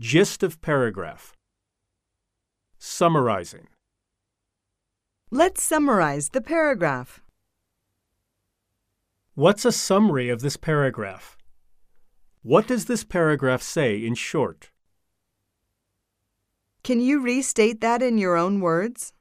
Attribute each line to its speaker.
Speaker 1: Gist of paragraph. Summarizing.
Speaker 2: Let's summarize the paragraph.
Speaker 1: What's a summary of this paragraph? What does this paragraph say in short?
Speaker 2: Can you restate that in your own words?